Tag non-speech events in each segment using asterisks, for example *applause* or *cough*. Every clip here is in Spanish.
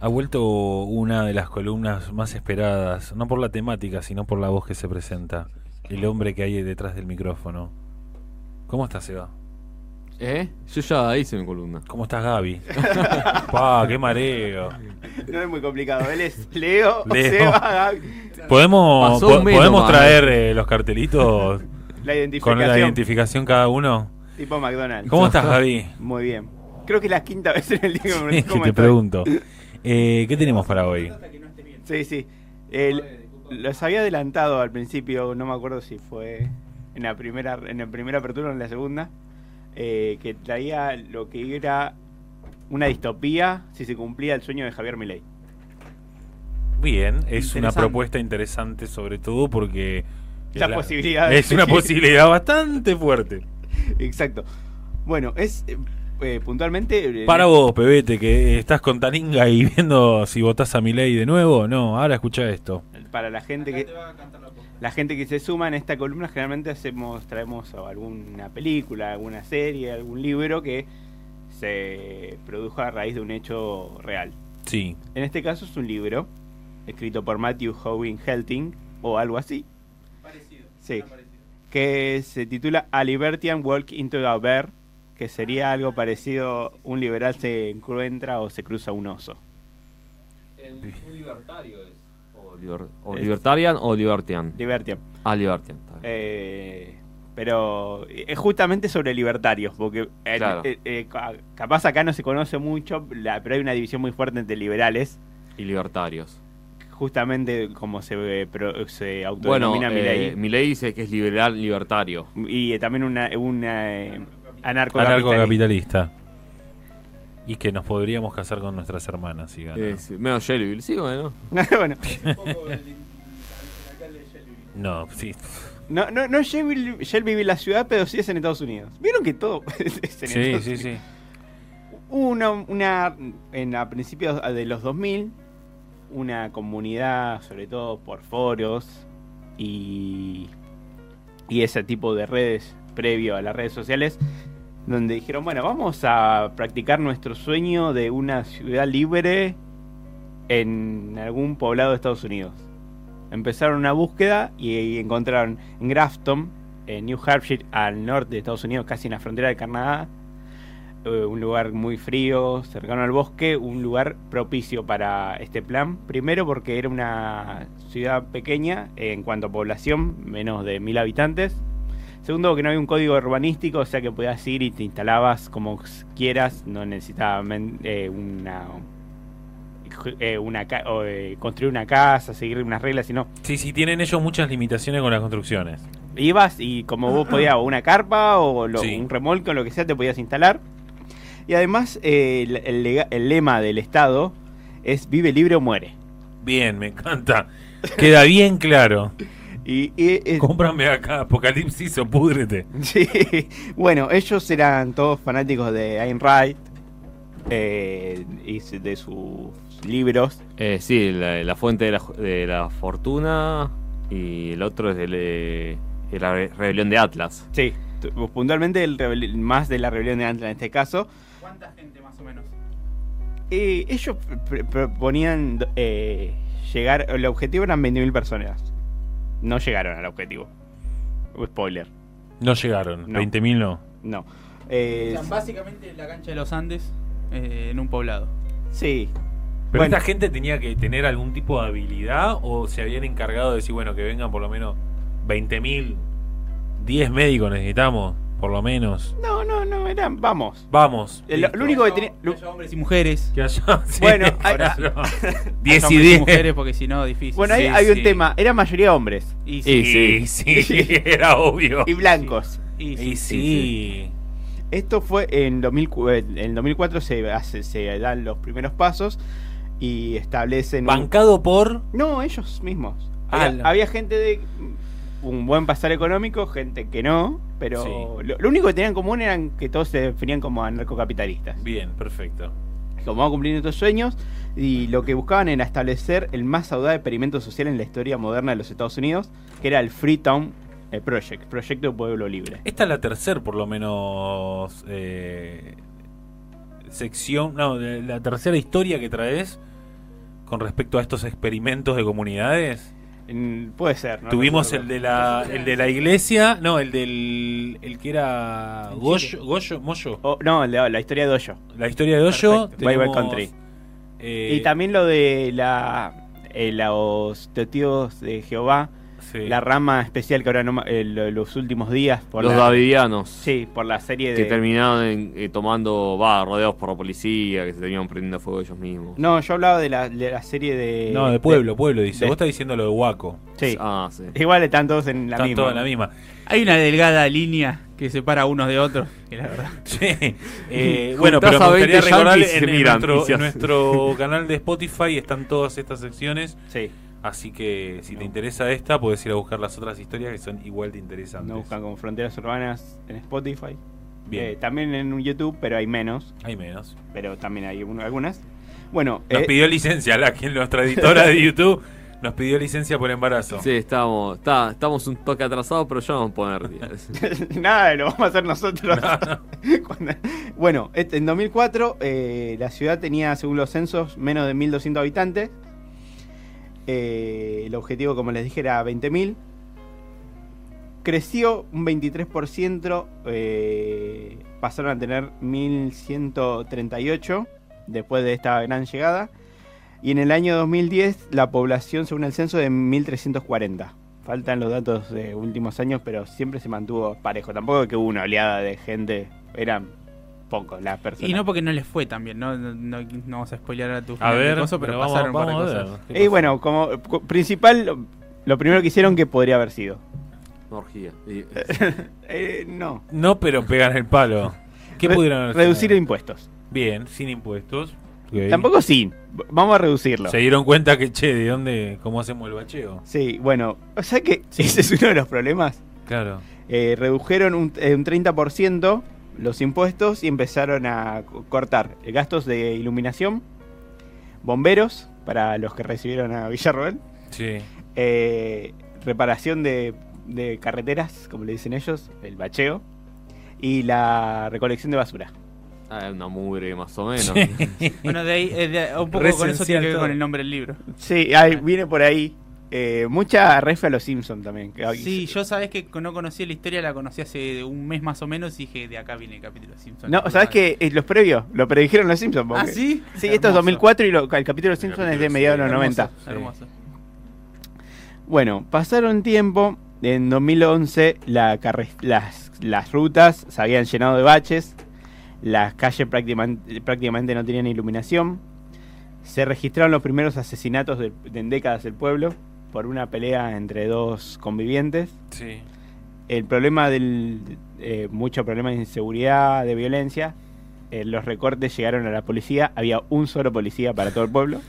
ha vuelto una de las columnas más esperadas, no por la temática, sino por la voz que se presenta. El hombre que hay detrás del micrófono. ¿Cómo estás, Seba? ¿Eh? Yo ya hice mi columna. ¿Cómo estás, *laughs* Gaby? ¡Pa, qué mareo! No es muy complicado. Él es Leo, *laughs* Leo. Seba, Gabi. ¿Podemos, Pasó po- un mes ¿podemos nomás. traer eh, los *laughs* cartelitos La identificación. con la identificación cada uno? tipo McDonald's. ¿Cómo estás, *laughs* Gaby? Muy bien. Creo que es la quinta vez en el día que *laughs* me Es preguntás que cómo te estoy. pregunto. Eh, ¿Qué tenemos para hoy? Sí, sí. El- los había adelantado al principio, no me acuerdo si fue en la primera, en la primera apertura o en la segunda, eh, que traía lo que era una distopía si se cumplía el sueño de Javier Milei. Bien, es una Interesante. propuesta interesante sobre todo porque... La es posibilidad de- Es *laughs* una posibilidad bastante fuerte. Exacto. Bueno, es eh, eh, puntualmente. eh, Para vos, Pebete, que estás con Taringa y viendo si votás a Milei de nuevo. No, ahora escucha esto. para la gente que la gente que se suma en esta columna generalmente hacemos traemos alguna película alguna serie algún libro que se produjo a raíz de un hecho real Sí. en este caso es un libro escrito por Matthew Howin Helting o algo así parecido sí que se titula A Libertian Walk into a Bear que sería algo parecido un liberal se encuentra o se cruza un oso Un libertario es. O, liber- o libertarian o libertian. Libertian Ah, libertian. está bien. Eh, pero eh, es justamente sobre libertarios, porque eh, Claro. eh, eh, ca- capaz acá no se conoce mucho, la- pero hay una división muy fuerte entre liberales, Y eh, libertarios. justamente como se, eh, pro- se Bueno, autodenomina eh, Milei. Milei dice que es liberal libertario. Y eh, también una, una eh, anarcocapitalista. Anarcocapitalista. Y que nos podríamos casar con nuestras hermanas, si ganan. Eh, sí, menos Shelbyville, sí, bueno. *laughs* bueno, No, sí. no, no, no es Shelby- Shelbyville la ciudad, pero sí es en Estados Unidos. ¿Vieron que todo *laughs* es en Sí, Estados sí, *laughs* Unidos? sí. Hubo una, una- en a principios ah, de los 2000, una comunidad, sobre todo por foros y, y ese tipo de redes previo a las redes sociales, donde dijeron, bueno, vamos a practicar nuestro sueño de una ciudad libre en algún poblado de Estados Unidos. Empezaron una búsqueda y, encontraron en Grafton, en New Hampshire, al norte de Estados Unidos, casi en la frontera de Canadá, eh, un lugar muy frío, cercano al bosque, un lugar propicio para este plan. Primero porque era una ciudad pequeña eh, en cuanto a población, menos de mil habitantes. Segundo, que no había un código urbanístico, o sea que podías ir y te instalabas como quieras, no necesitabas men- eh, una, eh, una ca- o, eh, construir una casa, seguir unas reglas, sino Sí, sí, tienen ellos muchas limitaciones con las construcciones. ibas y como vos podías o una carpa o lo- Sí. un remolque o lo que sea te podías instalar. Y además eh, el, el lega- el lema del Estado es vive libre o muere. Bien, me encanta. Queda bien claro. Y, y- es- Cómprame acá, Apocalipsis o púdrete. *laughs* sí. bueno, ellos eran todos fanáticos de Ayn Rand eh, y s- de sus libros. Eh, sí, la, la fuente de la, ju- de la fortuna y el otro es del, eh, de la re- rebelión de Atlas. Sí, tu- puntualmente el rebel- más de la rebelión de Antla en este caso. ¿Cuánta gente más o menos? Eh, ellos pr- pr- proponían eh, llegar. El objetivo eran 20.000 personas. No llegaron al objetivo. Spoiler. No llegaron. No. 20.000 no. No. Eh, O sea, básicamente la cancha de los Andes eh, en un poblado. sí. ¿Pero Bueno. esta gente tenía que tener algún tipo de habilidad o se habían encargado de decir, bueno, que vengan por lo menos 20.000, 10 médicos necesitamos, por lo menos? No, no, no. Eran. Vamos. Vamos. Eh, lo, lo único que tenía. lo- Haya hombres y mujeres. Que haya- *laughs* sí, Bueno, hay- claro. *laughs* Haya 10 y hombres 10. mujeres porque si no, difícil. bueno, ahí Sí, hay un sí. tema. Eh, Era mayoría hombres. Y Y sí. Sí, sí, *laughs* era obvio. Y blancos. y sí. Y sí. sí. Esto fue en 2004. En 2004 se, hace- se dan los primeros pasos y establecen. un- Bancado por... No, ellos mismos. Ah, Había, la- había gente de mm, un buen pasar económico, gente que no, pero Sí. lo, lo único que tenían en común eran que todos se definían como anarcocapitalistas. Bien, perfecto. Como vamos cumpliendo estos sueños, y lo que buscaban era establecer el más audaz experimento social en la historia moderna de los Estados Unidos, que era el Freetown eh, Project, Proyecto de Pueblo Libre. Esta es la tercera, por lo menos, eh, sección, no, de- la tercera historia que traes con respecto a estos experimentos de comunidades? Mm, Puede ser, ¿no? Tuvimos el recuerdo. de la el de la iglesia, no, el del el que era Goyo, Goyo, Moyo, Oh, no, el de- la historia de Dojo. la historia de Goyo, Perfecto. Bye Bye tenemos, Country. eh, Y también lo de la, eh, los testigos de Jehová, sí. la rama especial que ahora no, ma- eh, lo- los últimos días por Los la, davidianos. sí, por la serie Que de terminaron en- eh, tomando, va, rodeados por la policía, que se terminaron prendiendo fuego ellos mismos. No, yo hablaba de la, de la serie de no, de pueblo, pueblo dice. de- Vos estás diciendo lo de Huaco. Sí. Ah, sí. Igual están todos en la Están misma. todos en la misma. Hay una delgada línea que separa unos de otros, que la *laughs* verdad. *laughs* Sí. Eh, bueno, pero Juntás me a gustaría 20 recordar yanquis y se en, en miran, y nuestro, se en hacen. nuestro canal de Spotify están todas estas secciones. Sí, Así que si te No. interesa esta, puedes ir a buscar las otras historias que son igual de interesantes. no buscan con fronteras urbanas en Spotify. Bien. Eh, también en un YouTube, pero hay menos. Hay menos. Pero también hay un- algunas. Bueno, Nos eh, pidió licencia, la que nuestra editora de YouTube nos pidió licencia por embarazo. Sí, estamos, está, estamos un toque atrasados, pero ya vamos a poner 10. *laughs* nada, lo vamos a hacer nosotros. *laughs* Cuando- bueno, este- en 2004 eh, la ciudad tenía, según los censos, menos de 1.200 habitantes. Eh, el objetivo, como les dije, era 20.000. Creció un 23%, eh, pasaron a tener 1.138 después de esta gran llegada. Y en el año 2010 la población, según el censo, de 1.340. Faltan los datos de últimos años, pero siempre se mantuvo parejo. Tampoco que hubo una oleada de gente, eran pocos las personas. Y no porque no les fue tan bien, no, no, no- no vamos a spoilear a tu A final de ver, coso, pero, pero pasaron vamos, un par de vamos a cosas. ver. Y bueno, como cu- principal, lo- lo primero que hicieron que podría haber sido. Una orgía. Y- Eh, no. No, pero pegan el palo. ¿Qué Re- pudieron hacer? Reducir impuestos. Bien, sin impuestos. Ok. Tampoco sí. v- Vamos a reducirlo. Se Sí, dieron cuenta que, che, ¿de dónde? ¿Cómo hacemos el bacheo? bueno. O sea que ese es uno de los problemas. Claro. Eh, redujeron un, eh, un 30% los impuestos y empezaron a co- cortar gastos de iluminación, bomberos, para los que recibieron a Villarroel, Sí. eh, reparación de, de carreteras, como le dicen ellos, el bacheo, y la recolección de basura. ah, una mugre más o menos. Bueno, de ahí, eh, de- un poco Re con eso esencial tiene que ver todo. con el nombre del libro. Sí, ahí viene por ahí. Eh, mucha refe a los Simpsons también. que- Sí, yo sabes que no conocía la historia, la conocí hace un mes más o menos y dije, de acá viene el capítulo de Ah, Simpson. No, ¿sabes que Los previos, lo predijeron los Simpsons. ¿Ah, porque- sí? Sí, esto es 2004 y lo- el capítulo de los Simpsons es de capítulo, mediados de los sí, 90. Sí. Hermoso. Bueno, pasaron tiempo. En 2011 la carre- las, las rutas se habían llenado de baches. Las calles prácticamente, prácticamente no tenían iluminación. Se registraron los primeros asesinatos de- de- en décadas del pueblo por una pelea entre dos convivientes. Sí. el problema del eh, mucho problema de inseguridad, de violencia. eh, los recortes llegaron a la policía, había un solo policía para todo el pueblo.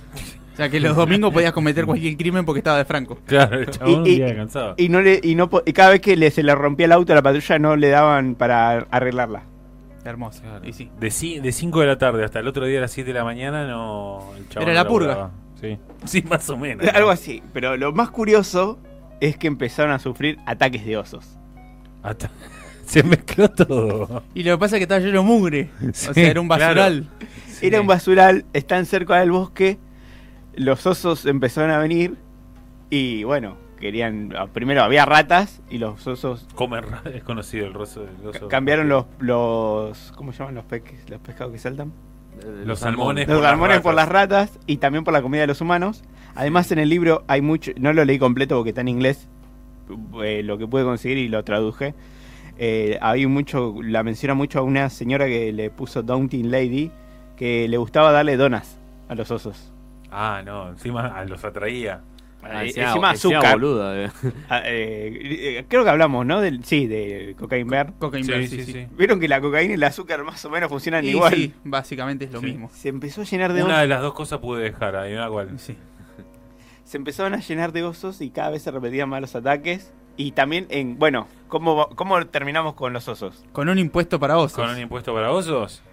O sea, que los domingos podías cometer cualquier crimen porque estaba de Franco. Claro, el chabón *laughs* Y- un y- día cansado. Y no le, y no po- y cada vez que le, se le rompía el auto a la patrulla no le daban para arreglarla. Hermoso. Claro. Y sí. De 5 de la tarde hasta el otro día a las 7 de la mañana, no. El chabón Era la no purga. laburaba. Sí. sí, más o menos. Algo así. Pero lo más curioso es que empezaron a sufrir ataques de osos. Hasta- *laughs* Se mezcló todo. Y lo que pasa es que estaba lleno de mugre. Sí, o sea, era un claro. basural. Era un basural, están cerca del bosque, los osos empezaron a venir y bueno, querían, primero había ratas y los osos Comer ra- es conocido el roso del Ca- oso. Cambiaron los, los. ¿Cómo se llaman los, peques, los pescados que saltan? Eh, Los salmones. Los por las salmones por ratas. las ratas y también por la comida de los humanos. Además, en el libro hay mucho. No lo leí completo porque está en inglés. eh, lo que pude conseguir y lo traduje. Eh, hay mucho. La menciona mucho a una señora que le puso Daunting Lady. Que le gustaba darle donas a los osos. Ah, no, encima ah, los atraía. Ah, Eh, decía- encima decía azúcar. boluda, eh. Ah, eh, eh, creo que hablamos, ¿no? Del, sí, de Cocaine Bear. Cocaine Bear, sí, sí. Vieron que la cocaína y el azúcar más o menos funcionan Y igual. sí, básicamente es lo Sí. mismo. Se empezó a llenar de Una de las dos cosas pude dejar, ahí una cual. Sí. se empezaron a llenar de osos y cada vez se repetían más los ataques. Y también en, bueno, ¿cómo, va- cómo terminamos con los osos? Con un impuesto para osos. ¿Con un impuesto para osos?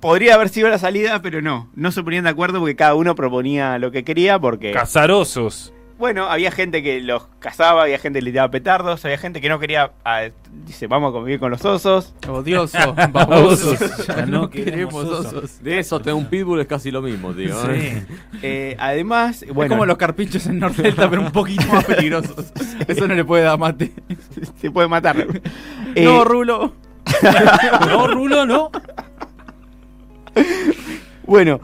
Podría haber sido Eh. la salida, pero no. No se ponían de acuerdo porque cada uno proponía lo que quería porque... *laughs* Cazar osos. Bueno, había gente que los cazaba, había gente que le tiraba petardos, había gente que no quería. ah, dice, vamos a convivir con los *laughs* osos. Odioso, Babosos. babosos. Ya ya no no queremos queremos osos. De eso, tener un pitbull es casi lo mismo, tío. ¿eh? Sí. Eh, además, es bueno, como los carpinchos en Nordelta, pero un poquito más peligrosos. Eso no le puede dar mate. *laughs* se puede matar. Eh, *laughs* No, Rulo. No, Rulo, no. Bueno,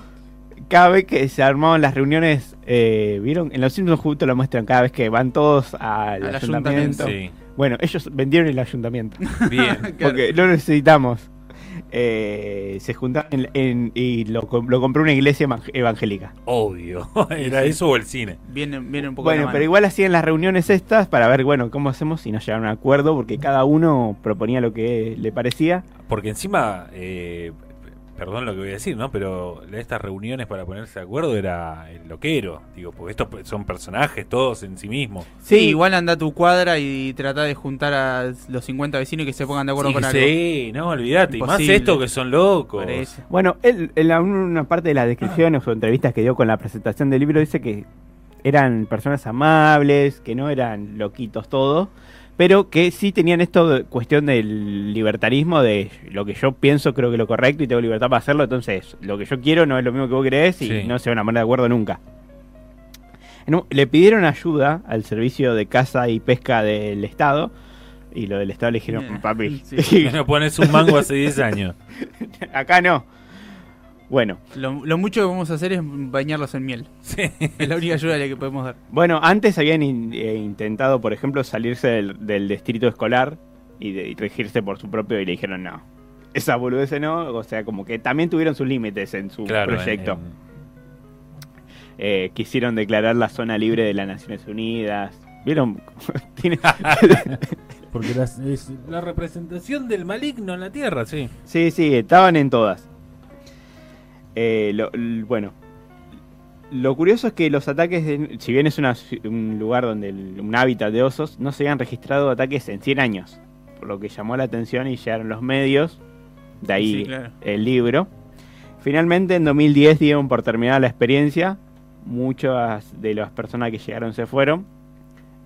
cada vez que se armaban las reuniones, eh, ¿vieron? En los Simpsons justo lo muestran, cada vez que van todos al, Al ayuntamiento. ayuntamiento. Sí, Bueno, ellos vendieron el ayuntamiento, bien. *laughs* Claro. porque lo necesitamos. Eh, se juntaron en- en- y lo, com- lo compró una iglesia evang- evangélica. *laughs* Obvio. Era eso o el cine. Viene, viene un poco de Bueno, la mano. pero igual hacían las reuniones estas para ver, bueno, cómo hacemos si nos llegaron a un acuerdo, porque cada uno proponía lo que le parecía. Porque encima, eh, perdón lo que voy a decir, ¿no? Pero estas reuniones para ponerse de acuerdo era el loquero. Digo, porque estos pe- son personajes todos en sí mismos. Sí, igual anda a tu cuadra y trata de juntar a los 50 vecinos y que se pongan de acuerdo Sí, con algo. sí, no, olvídate. Y más Imposible. estos que son locos. Parece. Bueno, él en la- una parte de las descripciones o entrevistas que dio con la presentación del libro dice que eran personas amables, que no eran loquitos todos, pero que sí tenían esto de cuestión del libertarismo, de lo que yo pienso creo que es lo correcto y tengo libertad para hacerlo, entonces lo que yo quiero no es lo mismo que vos crees y Sí. no se van a poner de acuerdo nunca. En un- le pidieron ayuda al servicio de caza y pesca del Estado y lo del Estado le dijeron, Bien. papi, Sí. No pones un mango hace 10 años. *laughs* *laughs* acá no. Bueno, Lo, lo mucho que vamos a hacer es bañarlos en miel. Sí. Es la única ayuda que podemos dar. Bueno, antes habían in- eh, intentado, por ejemplo, salirse del, del distrito escolar y, de, y regirse por su propio y le dijeron no. Esa boludez no, o sea, como que también tuvieron sus límites en su Claro. en- proyecto. en- Eh, quisieron declarar la zona libre de las Naciones Unidas. ¿Vieron? *laughs* Tiene- porque las- es la representación del maligno en la tierra, sí. sí, sí, estaban en todas. Eh, lo- l- bueno, lo curioso es que los ataques, de- si bien es una ci- un lugar donde el- un hábitat de osos, no se habían registrado ataques en 100 años. Por lo que llamó la atención y llegaron los medios, de ahí Sí, claro. el libro. Finalmente en 2010 dieron por terminada la experiencia. Muchas de las personas que llegaron se fueron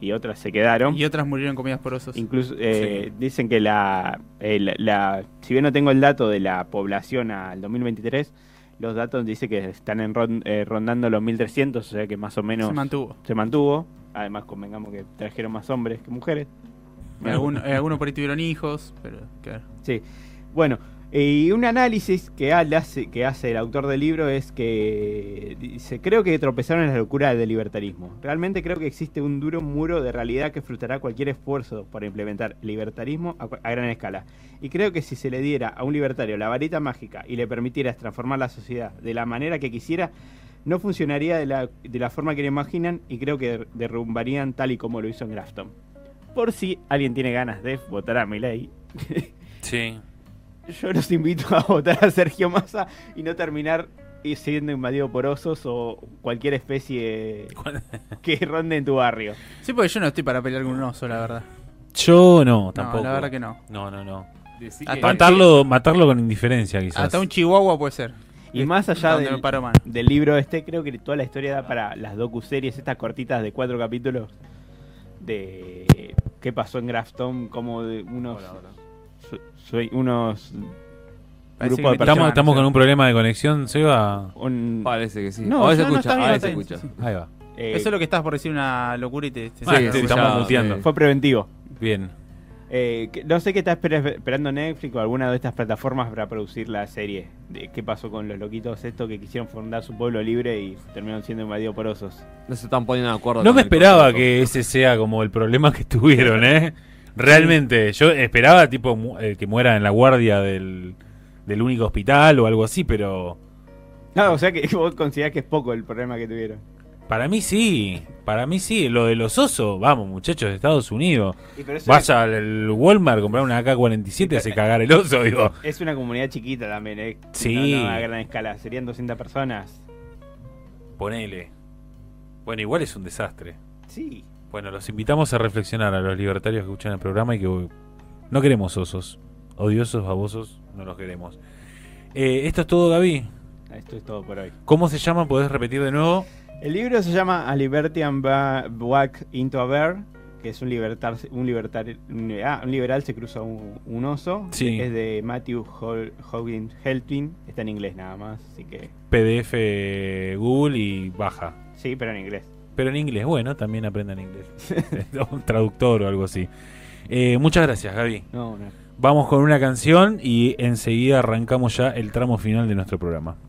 y otras se quedaron. Y otras murieron comidas por osos. Incluso eh, dicen que la, el- la- si bien no tengo el dato de la población al 2023, los datos dicen que están en ron- eh, rondando los 1.300, o sea que más o menos Se mantuvo. se mantuvo. Además, convengamos que trajeron más hombres que mujeres. Algunos alguno por ahí tuvieron hijos, pero claro. Sí. Bueno, eh, y un análisis que ha- le hace, que hace el autor del libro es que dice, creo que tropezaron en la locura del libertarismo. Realmente creo que existe un duro muro de realidad que frustrará cualquier esfuerzo por implementar libertarismo a, cu- a gran escala. Y creo que si se le diera a un libertario la varita mágica y le permitiera transformar la sociedad de la manera que quisiera, no funcionaría de la, de la forma que le imaginan y creo que der- derrumbarían tal y como lo hizo en Grafton. Por si alguien tiene ganas de votar a Milei Sí. yo los invito a votar a Sergio Massa y no terminar siendo invadido por osos o cualquier *laughs* especie que ronde en tu barrio. Sí, porque yo no estoy para pelear con un oso, la verdad. Yo no, tampoco. No, la verdad que no. No, no, no. Decí Ah, Hasta que- Matarlo, matarlo con indiferencia, quizás. Hasta un chihuahua puede ser. Y más allá Donde del, me paro mano. del libro este, creo que toda la historia da para las docuseries, estas cortitas de cuatro capítulos de qué pasó en Grafton, como de unos, Hola, hola. su- su- unos Parece grupo de que me- Estamos, personas. estamos con un problema de conexión, Seba. un- Parece que sí. No, No, se no, no, escucha. está bien, ahora está se bien, escucha. sí, Ahí va. eh, Eso es lo que estás por decir una locura y te, Ah, te sacan te la estamos cuchara. muteando. sí. fue preventivo. Bien. Eh, que- no sé qué está esper- esperando Netflix o alguna de estas plataformas para producir la serie. De ¿Qué pasó con los loquitos estos que quisieron fundar su pueblo libre y terminaron siendo invadidos por osos? *laughs* No se están poniendo de acuerdo. No con me el esperaba contrato. que ese sea como el problema que *laughs* tuvieron, ¿eh? Realmente, yo esperaba tipo mu- eh, que muera en la guardia del, del único hospital o algo así, pero No, o sea que *laughs* vos considerás que es poco el problema que tuvieron. para mí sí, para mí sí. Lo de los osos, vamos muchachos de Estados Unidos, Y pero eso vaya al Walmart, comprar una AK-47 y hace cagar el oso, digo. es, es una comunidad chiquita también, ¿eh? Sí. No, no a gran escala, serían 200 personas. Ponele. Bueno, igual es un desastre. Sí. Bueno, los invitamos a reflexionar a los libertarios que escuchan el programa y que no queremos osos. Odiosos, babosos, no los queremos. Eh, esto es todo, Gaby. Esto es todo por hoy. ¿Cómo se llama? ¿Podés repetir de nuevo? El libro se llama A Libertian Ba- Walk into a Bear, que es un libertar, un libertar, un, ah, un liberal se cruza un, un oso. Sí. Es de Matthew Hol- Howden Helpin. Está en inglés nada más, así que PDF Google y baja. sí, pero en inglés. Pero en inglés, bueno, también aprendan inglés. *laughs* un traductor o algo así. Eh, muchas gracias, Gaby. No, no. Vamos con una canción y enseguida arrancamos ya el tramo final de nuestro programa.